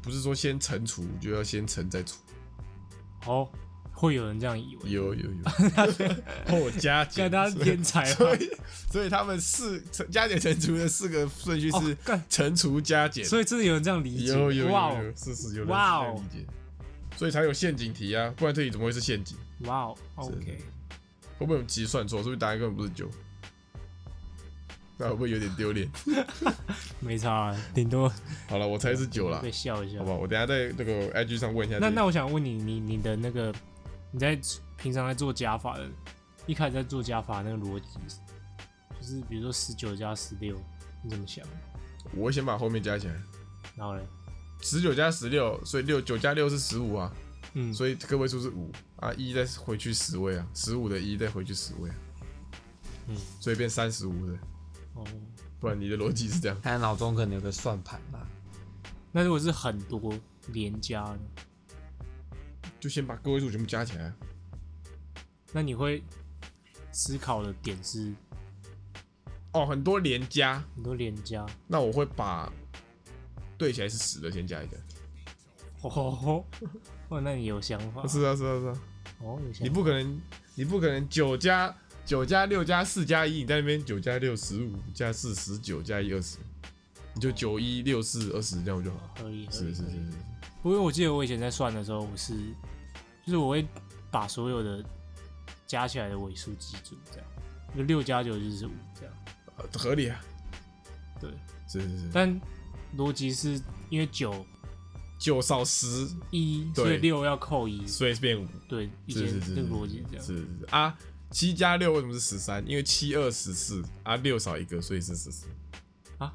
Speaker 2: 不是说先乘除就要先乘再除，
Speaker 1: 哦，会有人这样以为，
Speaker 2: 有有 有，后加减
Speaker 1: 看，他是天才吧
Speaker 2: 所？ 以所以他们四乘加减乘除的四个顺序
Speaker 1: 哦
Speaker 2: 是
Speaker 1: 干
Speaker 2: 乘除加减，
Speaker 1: 所以真的有人这样理解，
Speaker 2: 有有有
Speaker 1: 哇
Speaker 2: 有
Speaker 1: 哦
Speaker 2: 是是有人是这
Speaker 1: 哇
Speaker 2: 样
Speaker 1: 哦
Speaker 2: 理解，所以才有陷阱题啊，不然这里怎么会是陷阱？
Speaker 1: 哇哦
Speaker 2: 是
Speaker 1: ，OK，
Speaker 2: 会不会我们其实算错？是不是答案根本不是九？那会不会有点丢 脸？
Speaker 1: 没差啊，顶多
Speaker 2: 好了，我猜是九啦
Speaker 1: 被，笑一下
Speaker 2: 好。吧，我等一下在那个 IG 上问一下这
Speaker 1: 那
Speaker 2: 个。
Speaker 1: 那我想问你，你你的那个你在平常在做加法的，一开始在做加法那个逻辑，就是比如说十九加十六，你怎么想？
Speaker 2: 我会先把后面加起来，
Speaker 1: 然后嘞，
Speaker 2: 十九加十六，所以六九加六是十五啊，
Speaker 1: 嗯，
Speaker 2: 所以个位数是五啊，一再回去十位啊，十五的一再回去十位啊，
Speaker 1: 嗯，
Speaker 2: 所以变三十五的，
Speaker 1: 哦，
Speaker 2: 不然你的逻辑是这样，
Speaker 3: 他脑中可能有个算盘吧。
Speaker 1: 那如果是很多连加呢？
Speaker 2: 就先把个位数全部加起来啊、
Speaker 1: 那你会思考的点是
Speaker 2: 哦，很多连加，
Speaker 1: 很多连加，
Speaker 2: 那我会把对起来是十的先加一个。
Speaker 1: 哦，哇，那你有想法？
Speaker 2: 是啊，是啊，是啊，
Speaker 1: 哦，有
Speaker 2: 你
Speaker 1: 想法。
Speaker 2: 不可能，你不可能九加九加六加四加一，你在那边九加六十五加四十九加一二十，你就九一六四二十这样就好。
Speaker 1: 合理合
Speaker 2: 是
Speaker 1: 理
Speaker 2: 是
Speaker 1: 合
Speaker 2: 是
Speaker 1: 理
Speaker 2: 是，
Speaker 1: 不过我记得我以前在算的时候，我是就是我会把所有的加起来的尾数记住，这样，就六加九就是五这样。
Speaker 2: 呃合理啊。
Speaker 1: 对，
Speaker 2: 是是是，
Speaker 1: 但逻辑是因为九
Speaker 2: 九少十，
Speaker 1: 一，
Speaker 2: 对
Speaker 1: 所以六要扣一。
Speaker 2: 所以变五。
Speaker 1: 对，以
Speaker 2: 是
Speaker 1: 前
Speaker 2: 是是，
Speaker 1: 这个
Speaker 2: 是
Speaker 1: 逻辑是这样。
Speaker 2: 是是是啊，七加六为什么是十三？因为七二十四啊，六少一个，所以是十四。
Speaker 1: 啊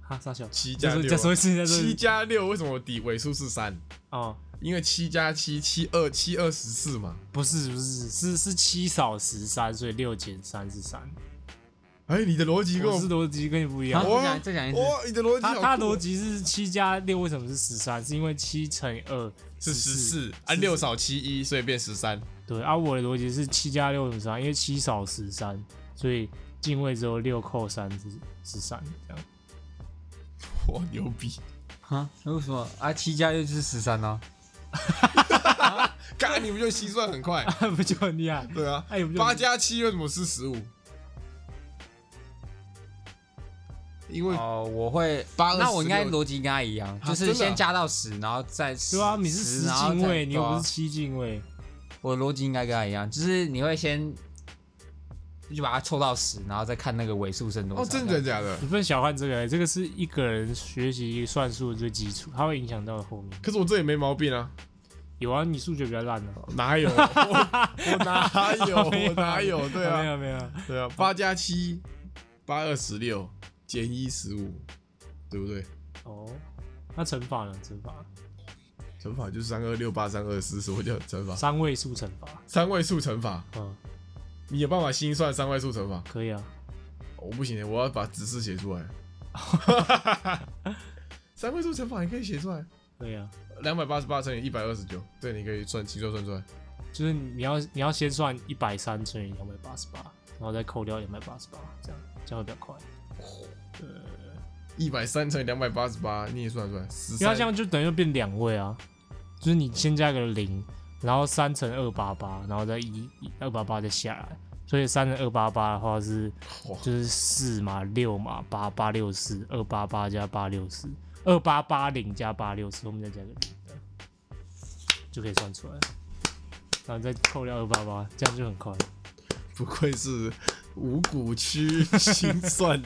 Speaker 1: 哈，傻小。
Speaker 2: 七
Speaker 1: 再
Speaker 2: 加
Speaker 1: 说
Speaker 2: 六，
Speaker 1: 再说一次，再说一
Speaker 2: 七
Speaker 1: 次。
Speaker 2: 加六为什么底尾数是三？
Speaker 1: 哦，
Speaker 2: 因为七加七七二七二十四嘛。
Speaker 1: 不是不是是是七少十三，所以六减三是三。
Speaker 2: 哎、你的逻辑跟
Speaker 1: 我
Speaker 2: 我
Speaker 1: 是逻辑跟你不一样
Speaker 3: 然。后
Speaker 2: 哇
Speaker 3: 再啊讲再讲一次，
Speaker 2: 哇，你的逻辑
Speaker 1: 他
Speaker 2: 好酷哦，
Speaker 1: 他逻辑是七加六为什么是十三？是因为七乘以二
Speaker 2: 是十四啊，
Speaker 1: 14
Speaker 2: 六少七一，所以变十三。
Speaker 1: 对，啊，我的逻辑是七加六等于三，因为七少十三，所以进位之后六扣三是是三，这样
Speaker 2: 哇，牛逼！
Speaker 3: 啊？那为什么啊？七加六就是十三哦。
Speaker 2: 干，你不就心算很快？
Speaker 1: 那不就很厉害？
Speaker 2: 对啊
Speaker 1: 哎我们，就
Speaker 2: 八加七为什么是十五？因为
Speaker 3: 哦，我会，
Speaker 2: 八二
Speaker 3: 那我应该
Speaker 2: 16
Speaker 3: 逻辑跟他一样，
Speaker 2: 啊
Speaker 3: 就是
Speaker 2: 真的啊
Speaker 3: 先加到十，然后再十
Speaker 1: 对啊，你是十
Speaker 3: 然后
Speaker 1: 进
Speaker 3: 再
Speaker 1: 位，你又
Speaker 3: 对啊
Speaker 1: 不是七进位，
Speaker 3: 我的逻辑应该跟他一样，就是你会先就把它凑到十，然后再看那个尾数剩多少。
Speaker 2: 哦，真的假的？
Speaker 1: 你不能小看这个、这个是一个人学习算术的最基础，它会影响到后面。
Speaker 2: 可是我这也没毛病啊，
Speaker 1: 有啊，你数学比较烂啊。
Speaker 2: 哪有？我我哪 有？
Speaker 1: 没
Speaker 2: 我哪有？对
Speaker 1: 没
Speaker 2: 啊，
Speaker 1: 有没有，
Speaker 2: 对啊，八加七，八二十六，减一十五，对不对？
Speaker 1: 哦，那乘法呢？乘法
Speaker 2: 乘法就是三二六八三二四，所以叫乘法。
Speaker 1: 三位数乘法，
Speaker 2: 三位数乘法，
Speaker 1: 嗯，
Speaker 2: 你有办法心算三位数乘法？
Speaker 1: 可以啊。
Speaker 2: 哦我不行耶，我要把指示写出 来。三位数乘法你可以写出来，
Speaker 1: 对啊，
Speaker 2: 两百八十八乘以一百二十九，对，你可以算计算算出来。
Speaker 1: 就是你要你要先算一百三乘以两百八十八，然后再扣掉两百八十八，这样这样会比较快。
Speaker 2: 一百三乘以两百八十八，你也算得出来。十
Speaker 1: 因为它
Speaker 2: 三
Speaker 1: 这样就等于变两位啊，就是你先加个零，然后三乘二八八，然后再一二八八再下来，所以三乘二八八的话是
Speaker 2: 哇
Speaker 1: 就是四嘛六嘛八八六四二八八加八六四二八八零加八六四，我们再加个零，这样就可以算出来了，然后再扣掉二八八，这样就很快。
Speaker 2: 不愧是五谷区心 算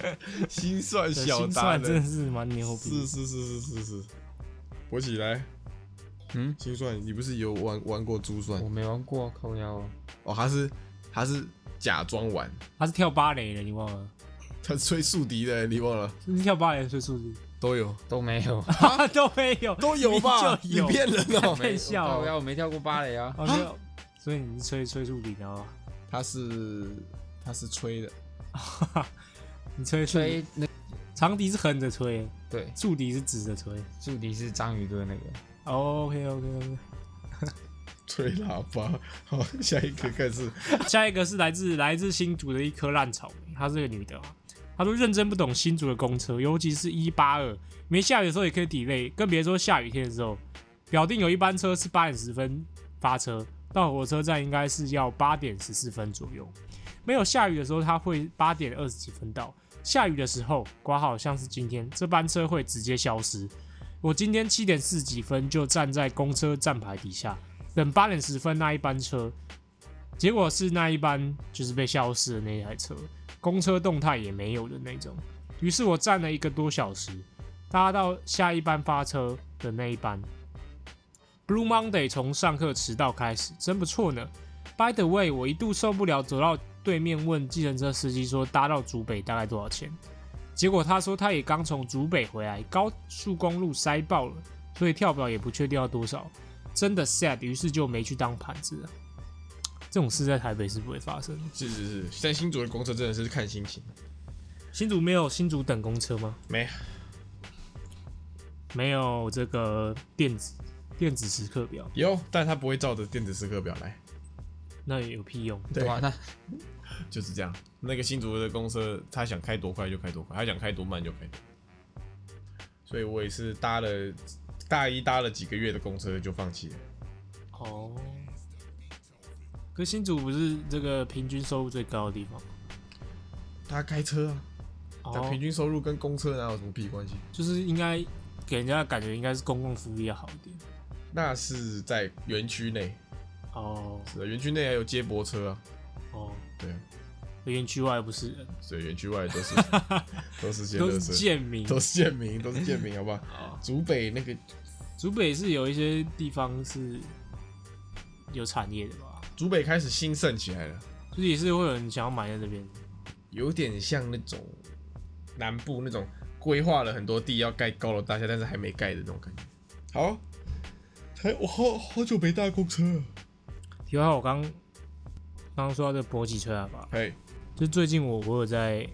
Speaker 2: 心算
Speaker 1: 对
Speaker 2: 小
Speaker 1: 心
Speaker 2: 达
Speaker 1: 算真的
Speaker 2: 人，
Speaker 1: 是蛮牛逼
Speaker 2: 是
Speaker 1: 的。
Speaker 2: 是是是是是。我起来，嗯，心算，你不是有玩玩过珠算
Speaker 1: 哦
Speaker 3: 我？没玩过，扣腰哦。
Speaker 2: 哦，他是他是假装玩，
Speaker 1: 他是跳芭蕾的，你忘了？
Speaker 2: 他吹竖笛的，你忘了？
Speaker 1: 你是跳芭蕾的岁数字
Speaker 2: 都有
Speaker 3: 都没有，
Speaker 1: 都没有，
Speaker 2: 都有吧？
Speaker 1: 你就有
Speaker 2: 你骗人哦、
Speaker 1: 太笑
Speaker 3: 我靠
Speaker 1: 了。
Speaker 3: 腰我没跳过芭蕾 啊。
Speaker 1: 哦，没有，所以你是吹吹竖笛，然后
Speaker 2: 他是他是吹的，
Speaker 1: 你吹竖笛
Speaker 3: 吹那
Speaker 1: 长笛是横着吹，
Speaker 3: 对，
Speaker 1: 竖笛是直着吹。
Speaker 3: 竖笛是章鱼哥那个，
Speaker 1: 哦 OK OK OK。
Speaker 2: 吹喇叭。好，下一个看是
Speaker 1: 下一个是来自来自新竹的一颗烂草莓，她是个女的啊。她说认真不懂新竹的公车，尤其是一八二，没下雨的时候也可以 delay，更别说下雨天的时候。表定有一班车是八点十分发车，到火车站应该是要八点十四分左右。没有下雨的时候，它会八点二十几分到；下雨的时候，挂好像是今天，这班车会直接消失。我今天七点四十几分就站在公车站牌底下，等八点十分那一班车结果是那一班就是被消失的那台车，公车动态也没有的那种。于是我站了一个多小时，搭到下一班发车的那一班。Blue Monday 从上课迟到开始，真不错呢。By the way，我一度受不了，走到对面问计程车司机说搭到竹北大概多少钱，结果他说他也刚从竹北回来，高速公路塞爆了，所以跳表也不确定要多少，真的 sad，于是就没去当盘子了。这种事在台北是不会发生的。
Speaker 2: 是是是，现在新竹的公车真的是看心情，
Speaker 1: 新竹没有新竹等公车吗？
Speaker 2: 没
Speaker 1: 没有这个电子电子时刻表，
Speaker 2: 有，但他不会照着电子时刻表来，
Speaker 1: 那也有屁用？
Speaker 2: 对
Speaker 3: 哇，那
Speaker 2: 就是这样。那个新竹的公车，他想开多快就开多快，他想开多慢就开多慢所以我也是搭了大一搭了几个月的公车就放弃了。
Speaker 1: 哦，可新竹不是这个平均收入最高的地方吗？
Speaker 2: 他开车啊，但
Speaker 1: 哦
Speaker 2: 平，均收入跟公车哪有什么屁关系？
Speaker 1: 就是应该给人家的感觉应该是公共福利要好一点。
Speaker 2: 那是在园区内，
Speaker 1: 哦
Speaker 2: 是的园区内还有接驳车啊，
Speaker 1: 哦，
Speaker 2: 对啊，
Speaker 1: 园区外不是人，
Speaker 2: 所以园区外都是 都是些
Speaker 1: 都
Speaker 2: 垃
Speaker 1: 是
Speaker 2: 圾，
Speaker 1: 贱民。
Speaker 2: 都是贱民，都是贱民，好不好？
Speaker 1: 哦
Speaker 2: 竹北那个
Speaker 1: 竹北是有一些地方是有产业的吧，
Speaker 2: 竹北开始兴盛起来了，
Speaker 1: 就是也是会有人想要买在这边。
Speaker 2: 有点像那种南部那种规划了很多地要盖高楼大厦，但是还没盖的那种感觉。好，还我好好久没搭公车了。
Speaker 1: 题外话，我刚刚刚说到这搏击吹喇叭，
Speaker 2: 嘿，
Speaker 1: 就最近我我有在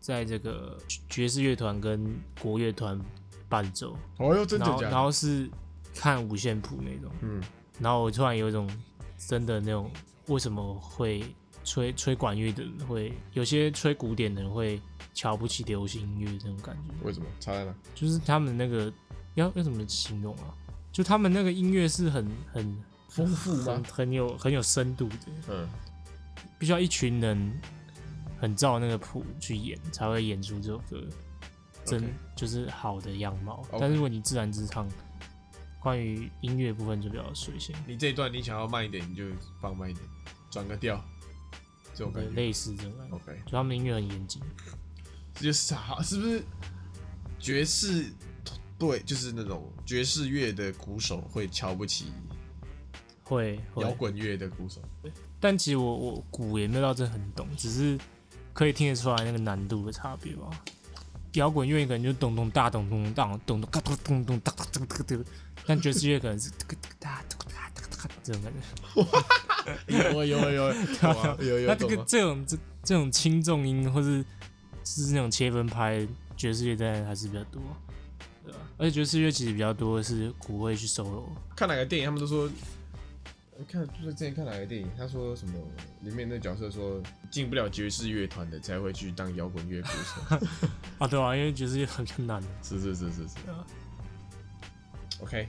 Speaker 1: 在这个爵士乐团跟国乐团伴奏，
Speaker 2: 哦哟，真的
Speaker 1: 然后
Speaker 2: 假
Speaker 1: 然
Speaker 2: 的？
Speaker 1: 后是看五线谱那种，
Speaker 2: 嗯，
Speaker 1: 然后我突然有一种真的那种为什么会吹吹管乐的人会有些吹古典的人会瞧不起流行音乐这种感觉，
Speaker 2: 为什么差在哪？
Speaker 1: 就是他们那个要要怎么形容啊？就他们那个音乐是很很
Speaker 2: 丰富
Speaker 1: 很？很有很有深度的，
Speaker 2: 嗯，
Speaker 1: 必须要一群人很照那个谱去演，才会演出这首歌真
Speaker 2: OK
Speaker 1: 就是好的样貌。
Speaker 2: OK
Speaker 1: 但是如果你自弹自唱，关于音乐部分就比较随性，
Speaker 2: 你这一段你想要慢一点，你就放慢一点，转个调，这种感觉。
Speaker 1: 类似这种感
Speaker 2: 嗯
Speaker 1: 觉。
Speaker 2: OK，
Speaker 1: 就他们音乐很严谨，
Speaker 2: 这就是啥？是不是爵士？对，就是那种爵士乐的鼓手会瞧不起
Speaker 1: 会
Speaker 2: 摇
Speaker 1: 会。
Speaker 2: 滚乐的鼓手。
Speaker 1: 但其实我我鼓也没有到真的很懂，只是可以听得出来那个难度的差别吧。摇滚乐可能就咚咚大咚咚大咚咚咚咚咚咚哒哒哒哒哒，但爵士乐可能是 哒哒哒哒哒哒这种感觉。
Speaker 2: 有有 有啊有有有有
Speaker 1: 那这
Speaker 2: 懂
Speaker 1: 个
Speaker 2: 吗？
Speaker 1: 这种这这种轻重音，或是是那种切分拍，爵士乐当然还是比较多，对吧？而且爵士乐其实比较多的是鼓会去 solo，
Speaker 2: 看哪个电影，他们都说，呃看就是之前看哪个电影，他说什么里面那角色说进不了爵士乐团的才会去当摇滚乐鼓手。
Speaker 1: 啊，对啊，因为爵士乐很很难，
Speaker 2: 是是是是是。OK，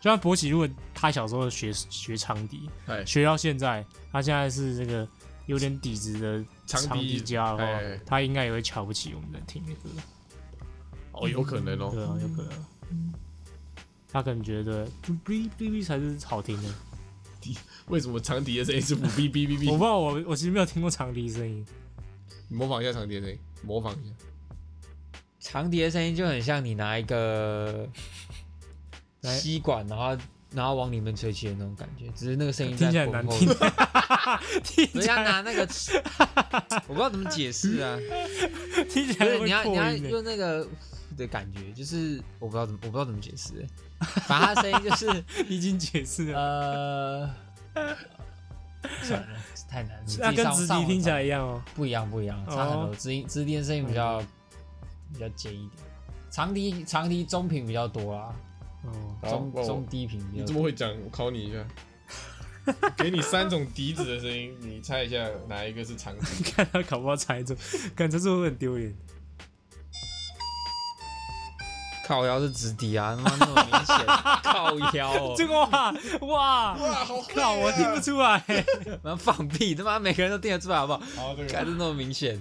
Speaker 1: 就像博喜，如果他小时候学学长笛，
Speaker 2: 嗨，
Speaker 1: 学到现在，他现在是这个有点底子的
Speaker 2: 长笛
Speaker 1: 长笛家的话，
Speaker 2: 哎哎哎
Speaker 1: 他应该也会瞧不起我们在听的歌，
Speaker 2: 哦，有可能
Speaker 1: 对
Speaker 2: 哦。
Speaker 1: 啊，有可能。他可能觉得哔哔哔哔才是好听的，
Speaker 2: 嗯为什么长笛的声音是不哔哔哔
Speaker 1: 我不知
Speaker 2: 哔？
Speaker 1: 道我我其实没有听过长笛声音，
Speaker 2: 你模仿一下长笛的声音，模仿一下。
Speaker 3: 长笛的声音就很像你拿一个
Speaker 1: 来
Speaker 3: 吸管，然后然后往里面吹气的那种感觉，只是那个声音
Speaker 1: 听起来
Speaker 3: 在
Speaker 1: 很难
Speaker 3: 浑厚
Speaker 1: 听
Speaker 3: 一点。，
Speaker 1: 听
Speaker 3: 人
Speaker 1: 起
Speaker 3: 家
Speaker 1: 来
Speaker 3: 拿那个， 我不知道怎么解释啊。
Speaker 1: 听起
Speaker 3: 不
Speaker 1: 来
Speaker 3: 是
Speaker 1: 会
Speaker 3: 你要你要
Speaker 1: 过瘾欸。
Speaker 3: 用那个的感觉，就是我不知道怎么我不知道怎么解释、欸，反正他的声音就是
Speaker 1: 你已经解释了，
Speaker 3: 呃，算了，太难，你自己
Speaker 1: 那跟
Speaker 3: 上
Speaker 1: 直
Speaker 3: 上
Speaker 1: 笛
Speaker 3: 网
Speaker 1: 听起
Speaker 3: 找
Speaker 1: 来一样哦。
Speaker 3: 不一样不一样，差很
Speaker 1: 哦
Speaker 3: 多。直笛直笛的声音比较比较尖一点，长笛长笛中频比较多啦，
Speaker 1: 哦，
Speaker 2: 好，
Speaker 3: 中
Speaker 2: 我
Speaker 3: 中低频比
Speaker 2: 你
Speaker 3: 较
Speaker 2: 这
Speaker 3: 多。
Speaker 2: 么会讲，我考你一下。给你三种笛子的声音，你猜一下哪一个是长笛？
Speaker 1: 看他搞不好猜中，感觉是会很丢脸。
Speaker 3: 靠腰是直笛啊，他妈那么明显， 靠腰哦，
Speaker 1: 这个哇哇，
Speaker 2: 哇，好
Speaker 1: 靠，我听不出来。
Speaker 3: 妈放屁，他妈每个人都听得出来好不好？
Speaker 2: 好，这
Speaker 3: 看
Speaker 2: 个
Speaker 3: 这那么明显，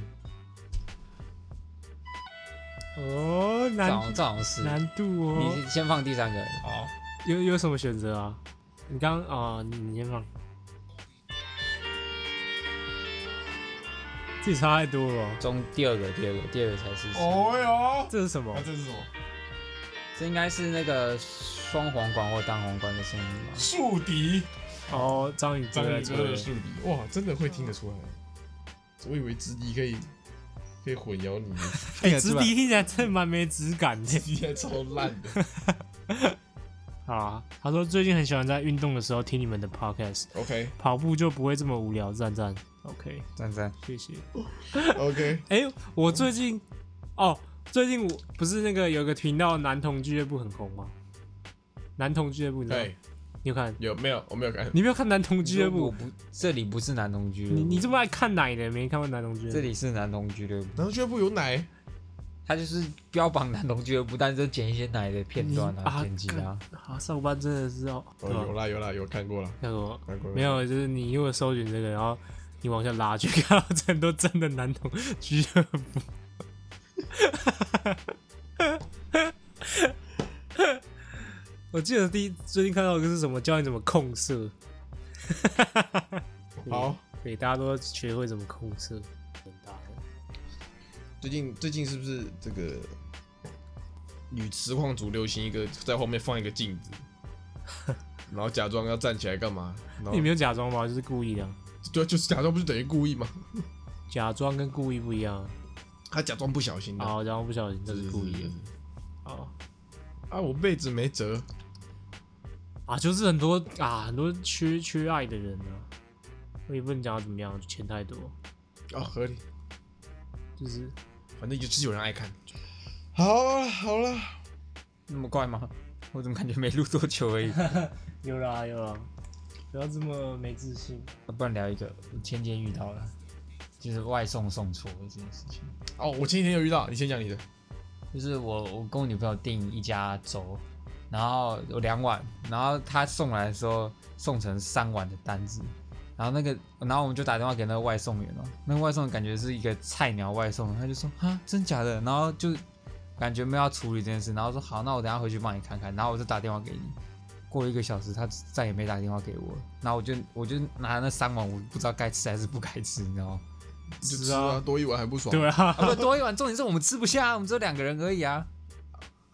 Speaker 1: 哦，
Speaker 3: 这
Speaker 1: 难
Speaker 3: 好这好像是。
Speaker 1: 难度哦。
Speaker 3: 你先放第三个，
Speaker 2: 好。
Speaker 1: 哦有有什么选择啊？你刚啊，你你先放。这也差太多了吧。
Speaker 3: 中第二个，第二个，第二个才是。
Speaker 2: 哦
Speaker 1: 这是什么
Speaker 2: 哟，？这是什么？
Speaker 3: 这应该是那个双簧管或单簧管的声音吧？
Speaker 2: 竖笛，
Speaker 1: 哦，章鱼
Speaker 2: 张
Speaker 1: 哥在
Speaker 2: 宇哥
Speaker 1: 吹
Speaker 2: 的。竖笛，啊哇，真的会听得出来。我以为直笛可以可以混淆你，
Speaker 1: 哎、
Speaker 3: 得
Speaker 1: 直
Speaker 3: 出来
Speaker 1: 笛听起来真的蛮没质感的。
Speaker 2: 直笛还超烂的。
Speaker 1: 好啊，他说最近很喜欢在运动的时候听你们的 podcast，
Speaker 2: OK
Speaker 1: 跑步就不会这么无聊。赞赞，OK，
Speaker 3: 赞赞，
Speaker 1: 谢谢。
Speaker 2: OK，
Speaker 1: 哎、我最近哦，最近我不是那个有个频道男童俱乐部很红吗？男童俱乐部，你知道 吗
Speaker 2: 对，啊
Speaker 1: 你有看？
Speaker 2: 哎有没有？我没有看。
Speaker 1: 你没有看男童俱乐
Speaker 3: 我
Speaker 1: 部？
Speaker 3: 不，这里不是男同俱乐部，
Speaker 1: 你你这么爱看奶的，没看过男童俱乐
Speaker 3: 这
Speaker 1: 部？
Speaker 3: 里是男同俱乐部，
Speaker 2: 然后俱乐部有奶，
Speaker 3: 他就是标榜男同俱乐部，但是就剪一些奶的片段
Speaker 1: 你啊
Speaker 3: 啊，剪辑啊，
Speaker 1: 啊，上班真的是哦，
Speaker 2: 哦，
Speaker 1: 对吧
Speaker 2: 有啦有啦有看过啦。
Speaker 1: 那个
Speaker 2: 看过了
Speaker 1: 没有，就是你如果搜寻这个，然后你往下拉去，看到很多真的男童俱乐部。 我记得第一最近看到一个是什么教你怎么控色，
Speaker 2: 好，
Speaker 1: 对，大家都学会怎么控色，
Speaker 2: 哦
Speaker 1: 很大的。
Speaker 2: 最近最近是不是这个女实况组流行一个在后面放一个镜子，然后假装要站起来干嘛？然后
Speaker 1: 你没有假装吗？就是故意的啊，
Speaker 2: 对，就是假装不是等于故意吗？
Speaker 1: 假装跟故意不一样啊。
Speaker 2: 他假装不小心的，
Speaker 1: 哦，然后不小心这
Speaker 2: 是
Speaker 1: 是
Speaker 2: 是
Speaker 1: 故意的
Speaker 2: 嗯是。
Speaker 1: 哦
Speaker 2: 啊，我被子没折，
Speaker 1: 啊，就是很多啊，很多缺缺爱的人啊，我也不能讲他怎么样，钱太多，
Speaker 2: 哦，合理，
Speaker 1: 就是
Speaker 2: 反正就是有人爱看。好啊，好了，
Speaker 3: 那么快吗？ 我怎么感觉没录多久而已？
Speaker 1: 有啦有啦，不要这么没自信。
Speaker 3: 不然聊一个，我前天遇到了，就是外送送错的这件事情。
Speaker 2: 哦，我前几天有遇到，你先讲你的。
Speaker 3: 就是我我跟我女朋友订一家粥，然后有两碗，然后她送来的时候送成三碗的单子，然后那个然后我们就打电话给那个外送员哦，那个外送员感觉是一个菜鸟外送，他就说啊真假的，然后就感觉没有要处理这件事，然后说好那我等一下回去帮你看看，然后我就打电话给你。过了一个小时，他再也没打电话给我，然后我就我就拿那三碗，我不知道该吃还是不该吃，你知道吗？
Speaker 2: 就
Speaker 1: 吃
Speaker 2: 吃
Speaker 1: 啊
Speaker 2: 啊，多一碗还不爽。
Speaker 1: 对啊，
Speaker 3: 啊不，多一碗，重点是我们吃不下，我们只有两个人而已啊。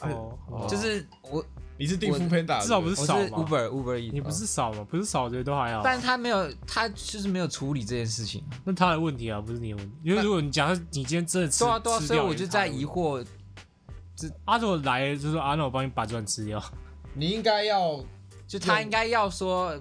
Speaker 1: 哦，哦
Speaker 3: 就是我
Speaker 2: 你是订 f o o Panda，
Speaker 1: 至少不是
Speaker 3: 我是
Speaker 1: 少嘛
Speaker 3: Uber Uber E，
Speaker 1: 你不是少嘛，不是少的都还好，
Speaker 3: 但他没有，他就是没有处理这件事情。
Speaker 1: 那他的问题啊，不是你的问题。因为如果你假设你今天真的吃，
Speaker 3: 对啊，对啊，
Speaker 1: 吃
Speaker 3: 所以
Speaker 1: 掉
Speaker 3: 我
Speaker 1: 也是
Speaker 3: 就
Speaker 1: 他的
Speaker 3: 在
Speaker 1: 问
Speaker 3: 疑
Speaker 1: 题。
Speaker 3: 惑，
Speaker 1: 阿朵来了就说啊，那我帮你把这碗吃掉。
Speaker 2: 你应该要，
Speaker 3: 就他应该要说，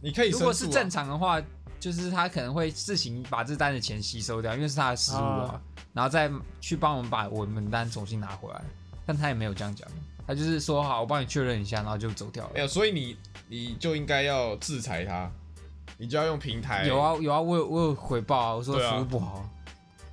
Speaker 2: 你可以
Speaker 3: 如
Speaker 2: 申
Speaker 3: 果
Speaker 2: 诉
Speaker 3: 是
Speaker 2: 啊
Speaker 3: 正常的话，就是他可能会自行把这单的钱吸收掉，因为是他的失误啊，然后再去帮我们把我们单重新拿回来。但他也没有这样讲，啊他就是说好，我帮你确认一下，然后就走掉
Speaker 2: 没
Speaker 3: 了。
Speaker 2: 有，所以你你就应该要制裁他，你就要用平
Speaker 1: 哎
Speaker 2: 台。
Speaker 3: 有，啊有啊，我有我有回报啊，我说
Speaker 2: 对啊
Speaker 3: 服务不好。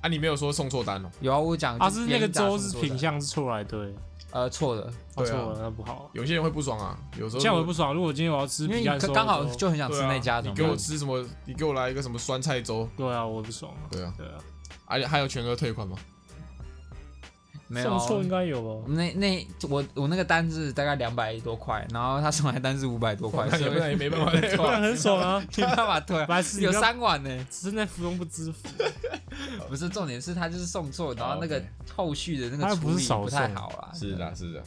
Speaker 2: 啊，你没有说送错单哦。
Speaker 3: 有啊，我讲
Speaker 1: 啊，是那个
Speaker 3: 严打
Speaker 1: 粥
Speaker 3: 送
Speaker 1: 是
Speaker 3: 错
Speaker 1: 品
Speaker 3: 单
Speaker 1: 相是错来对，
Speaker 3: 呃错的，
Speaker 1: 啊
Speaker 2: 对
Speaker 1: 错
Speaker 2: 啊
Speaker 1: 了那不好啊。
Speaker 2: 有些人会不爽啊，有时候
Speaker 1: 这样我也不爽。如果今天我要吃
Speaker 3: 因为
Speaker 1: 皮
Speaker 3: 你刚
Speaker 1: 蛋瘦肉粥，
Speaker 3: 刚好就很想吃
Speaker 2: 对啊
Speaker 3: 那家，怎
Speaker 2: 你
Speaker 3: 么
Speaker 2: 给我
Speaker 3: 办？
Speaker 2: 吃什么？你给我来一个什么酸菜粥？
Speaker 1: 对啊，我不爽啊。
Speaker 2: 对啊，
Speaker 1: 对啊，
Speaker 2: 而且还有全额退款吗？
Speaker 3: 没有
Speaker 1: 送
Speaker 3: 啊，
Speaker 1: 错应该有吧？
Speaker 3: 那那我我那个单是大概两百多块，然后他送来单是五 百多块，
Speaker 2: 那
Speaker 3: 所
Speaker 2: 也
Speaker 3: 以
Speaker 2: 那也没办法退
Speaker 1: 不然
Speaker 2: 款。
Speaker 1: 很 爽啊。
Speaker 3: 没办法退啊。
Speaker 1: 白 痴，你
Speaker 3: 有
Speaker 1: 不要
Speaker 3: 三碗 呢，
Speaker 1: 真在福中不知 福，
Speaker 3: 不是重点是他就是送错，然后那
Speaker 2: 哦
Speaker 3: 个
Speaker 2: ，OK
Speaker 3: 后续的那
Speaker 1: 他
Speaker 3: 个
Speaker 1: 又不
Speaker 3: 处
Speaker 1: 是
Speaker 3: 理
Speaker 1: 少
Speaker 3: 不太
Speaker 1: 送
Speaker 3: 好啊啦。
Speaker 2: 是的，是的。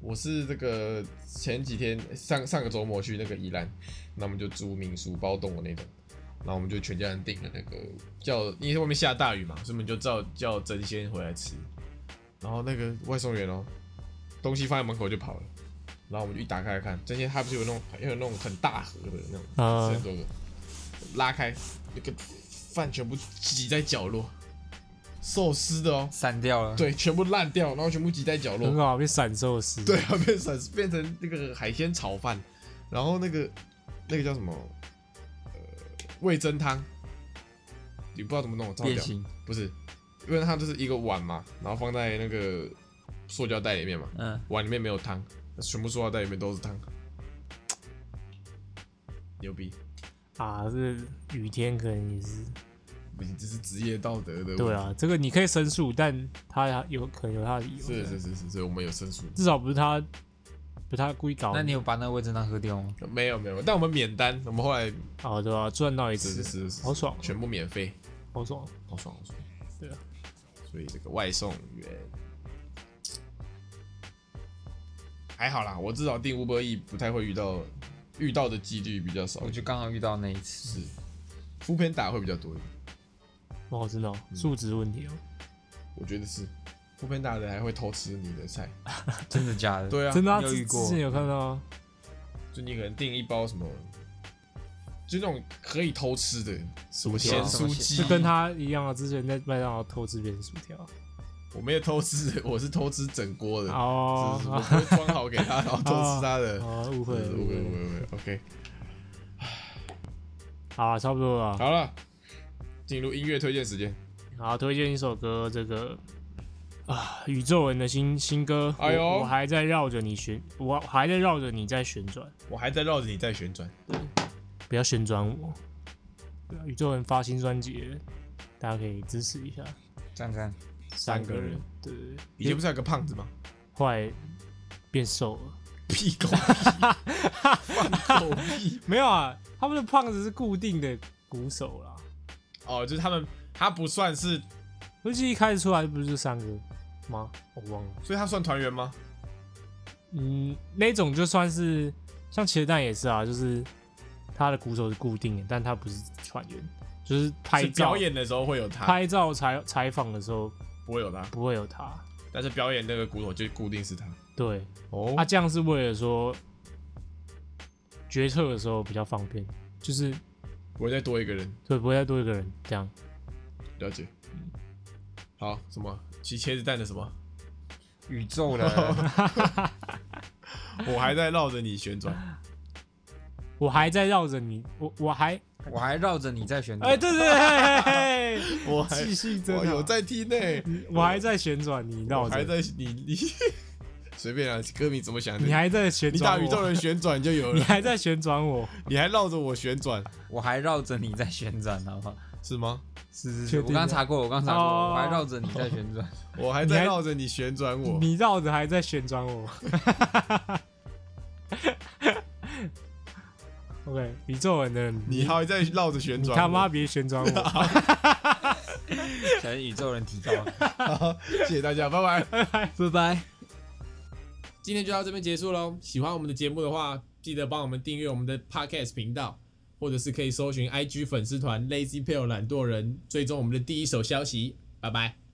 Speaker 2: 我是这个前几天上上个周末去那个宜兰，那我们就租民宿包栋的那种，然后我们就全家人订了那个叫，因为外面下大雨嘛，所以我们就叫叫真鲜回来吃。然后那个外送员哦，东西放在门口就跑了，然后我们就一打开来看，真鲜它不是有那种有那种很大盒的那种，
Speaker 1: 啊
Speaker 2: 十很多个，拉开那个饭全部挤在角落，寿司的哦，
Speaker 3: 删掉了，
Speaker 2: 对，全部烂掉，然后全部挤在角落
Speaker 1: 很，好，被闪寿 司。
Speaker 2: 对，啊，变成变成那个海鲜炒饭，然后那个那个叫什么，呃，味噌汤，你不知道怎么弄，超
Speaker 3: 变
Speaker 2: 屌，
Speaker 3: 形，
Speaker 2: 不是，因为它就是一个碗嘛，然后放在那个塑胶袋里面嘛，
Speaker 3: 嗯，
Speaker 2: 碗里面没有汤，全部塑料袋里面都是汤，牛逼，
Speaker 1: 啊，这雨天可能也是。
Speaker 2: 你这是职业道德的，
Speaker 1: 对，啊，这个你可以申诉，但他有可能有他的理由。
Speaker 2: 是是是是，所以我们有申诉。
Speaker 1: 至少不是他，不是他故意搞。
Speaker 3: 那你有把那个味噌汤喝掉吗？
Speaker 2: 没有没有，但我们免单，我们后来
Speaker 1: 哦，对啊，赚到一
Speaker 2: 是
Speaker 1: 次，
Speaker 2: 是是，
Speaker 1: 好爽
Speaker 2: 全部免费。
Speaker 1: 好爽哦。
Speaker 2: 好爽好爽。
Speaker 1: 对啊，
Speaker 2: 所以这个外送员还好啦，我至少订 Uber E 不太会遇到，遇到的几率比较少
Speaker 1: 嗯
Speaker 3: 我，就刚好遇到那一 次，
Speaker 2: 是敷片打会比较多一点，
Speaker 1: 哦，真的、哦，
Speaker 2: 嗯
Speaker 1: 素质问题哦。
Speaker 2: 我觉得是敷片打的还会偷吃你的菜，
Speaker 3: 真的假的？，
Speaker 2: 对啊，
Speaker 1: 啊真的、啊，
Speaker 3: 有
Speaker 1: 之
Speaker 3: 遇过
Speaker 1: 之前有看到啊，
Speaker 2: 嗯就你可能订一包什么，就那种可以偷吃的什么
Speaker 1: 薯
Speaker 2: 咸
Speaker 1: 条
Speaker 2: 酥
Speaker 3: 什
Speaker 2: 鸡，
Speaker 1: 就跟他一样啊，之前在麦当劳偷吃别人薯条。
Speaker 2: 我没有偷吃，我是偷吃整锅的，
Speaker 1: 哦
Speaker 2: 是，是我不会装好给他，然后偷吃他的，
Speaker 1: 哦，误
Speaker 2: 是
Speaker 1: 会了，
Speaker 2: 误
Speaker 1: 误
Speaker 2: 会
Speaker 1: 会
Speaker 2: 误
Speaker 1: 了。
Speaker 2: 会误会，OK，
Speaker 1: 好啊，差不多了。
Speaker 2: 好了，进入音乐推荐时间。
Speaker 1: 好，推荐一首歌，这个啊，宇宙人的新新歌，
Speaker 2: 哎呦
Speaker 1: 我我还在绕着你旋，我还在绕着你在旋转，
Speaker 2: 我还在绕着你在旋转。
Speaker 1: 不要旋转我。对啊，宇宙人发新专辑了，大家可以支持一下。
Speaker 3: 赞赞，
Speaker 1: 三
Speaker 2: 个人，
Speaker 1: 对对对，
Speaker 2: 以前不是有个胖子 吗？
Speaker 1: 后来变瘦了。
Speaker 2: 屁狗屁，放狗屁！
Speaker 1: 没有啊，他们的胖子是固定的鼓手啦，
Speaker 2: 哦，就是他们，他不算是，
Speaker 1: 而且一开始出来不是就三个吗？我忘了。
Speaker 2: 所以他算团员吗？
Speaker 1: 嗯，那种就算是像茄蛋也是啊，就是他的鼓手是固定的，但他不是船员，就是拍
Speaker 2: 是
Speaker 1: 照
Speaker 2: 表演的时候会有他，
Speaker 1: 拍照采采访的时候
Speaker 2: 不会有他，
Speaker 1: 不会有他。
Speaker 2: 但是表演那个鼓手就固定是他。
Speaker 1: 对，
Speaker 2: 哦
Speaker 1: 啊他、这样是为了说决策的时候比较方便，就是
Speaker 2: 我再多一个人，
Speaker 1: 对不会再多一个人这样。
Speaker 2: 了解。好，什么？骑茄子蛋的什么？
Speaker 3: 宇宙的
Speaker 2: 我还在绕着你旋转。
Speaker 1: 我还在绕着你，我我还
Speaker 3: 我还绕着你在旋
Speaker 1: 哎、
Speaker 3: 转，
Speaker 1: 对对对嘿嘿嘿，
Speaker 2: 我还
Speaker 1: 继续真
Speaker 2: 我
Speaker 1: 的
Speaker 2: 有，在听呢，
Speaker 1: 我还在旋转你
Speaker 2: 我
Speaker 1: 绕
Speaker 2: 还
Speaker 1: 着，
Speaker 2: 在你你 随便啊，歌迷怎么想的？
Speaker 1: 你还在旋
Speaker 2: 你打
Speaker 1: 转
Speaker 2: 宇宙
Speaker 1: 我，
Speaker 2: 人旋转就有
Speaker 1: 你
Speaker 2: 了，
Speaker 1: 还在旋转我。
Speaker 2: 你还绕着我旋转
Speaker 3: 我还绕着你在旋转，好不好？
Speaker 2: 是吗？
Speaker 3: 是是
Speaker 1: 确
Speaker 3: 是，
Speaker 1: 定
Speaker 3: 我刚查过，我刚查过，
Speaker 1: 哦
Speaker 3: 我还绕着你在旋转，
Speaker 2: 我还在绕着你旋转我。
Speaker 1: 你绕着还在旋转 我。OK，宇宙人的人，
Speaker 2: 你还在绕着旋
Speaker 1: 你
Speaker 2: 转，
Speaker 1: 他妈！别旋转我！
Speaker 3: 小心宇宙人提高。
Speaker 2: 谢谢大家，拜拜。
Speaker 3: 拜拜。
Speaker 2: 今天就到这边结束喽。喜欢我们的节目的话，记得帮我们订阅我们的 Podcast 频道，或者是可以搜寻 IG 粉丝团 Lazy p a l e 懒惰人，追踪我们的第一手消息。拜拜。